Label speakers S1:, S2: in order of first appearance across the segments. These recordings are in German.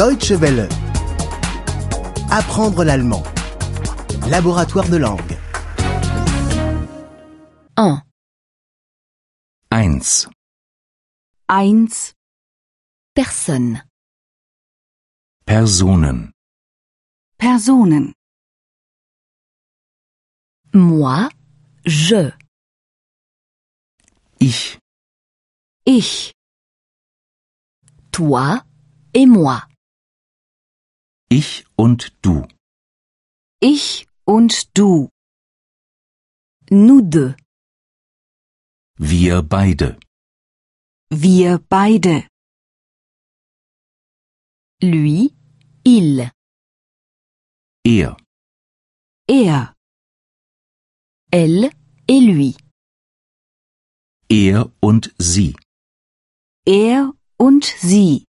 S1: Deutsche Welle. Apprendre l'allemand. Laboratoire de langue.
S2: 1.
S3: 1.
S2: 1. Personne.
S3: Personen.
S4: Personen.
S2: Moi, je.
S3: Ich,
S4: Ich,
S2: Toi et moi.
S3: ich und du.
S4: ich und du,
S2: Nous deux.
S3: Wir beide.
S4: wir beide,
S2: Lui, il.
S3: Er,
S4: er,
S2: Elle et lui.
S3: er und sie.
S4: er und sie,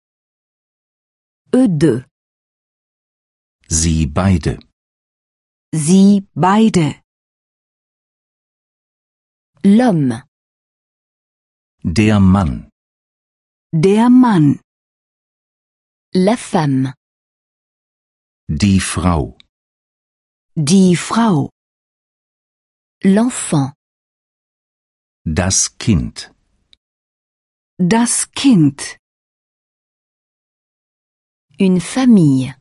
S2: Eux deux.
S3: Sie beide.
S4: sie beide,
S2: L'homme.
S3: Der Mann.
S4: der Mann,
S2: La femme.
S3: Die Frau.
S4: die Frau,
S2: L'enfant.
S3: Das Kind.
S4: das Kind,
S2: Une famille.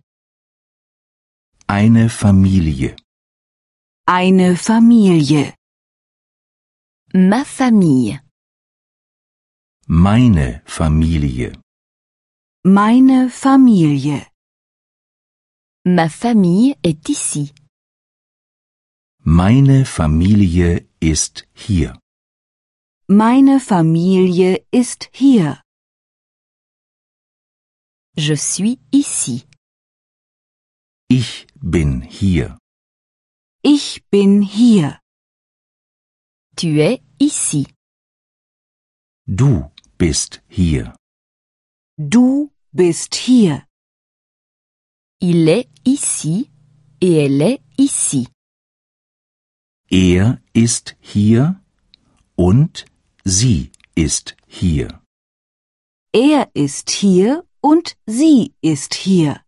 S3: Eine Familie.
S4: eine Familie,
S2: Ma famille.
S3: Meine Familie.
S4: meine Familie,
S2: Ma famille est ici.
S3: Meine Familie ist hier.
S4: meine Familie ist hier,
S2: Je suis ici.
S3: Ich bin hier.
S4: ich bin hier,
S2: Tu es ici.
S3: Du bist hier.
S4: du bist hier,
S2: Il est ici et elle est ici.
S3: Er ist hier und sie ist hier.
S4: er ist hier und sie ist hier.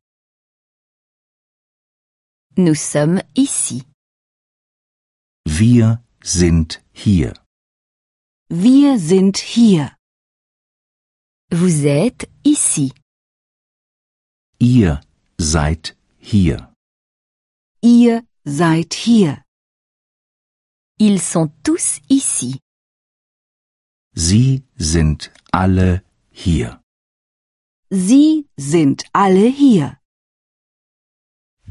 S2: Nous sommes ici.
S3: Wir sind hier.
S4: Wir sind hier.
S2: Vous êtes ici.
S3: Ihr seid hier.
S4: Ihr seid hier.
S2: Ils sont tous ici.
S3: Sie sind alle hier.
S4: Sie sind alle hier.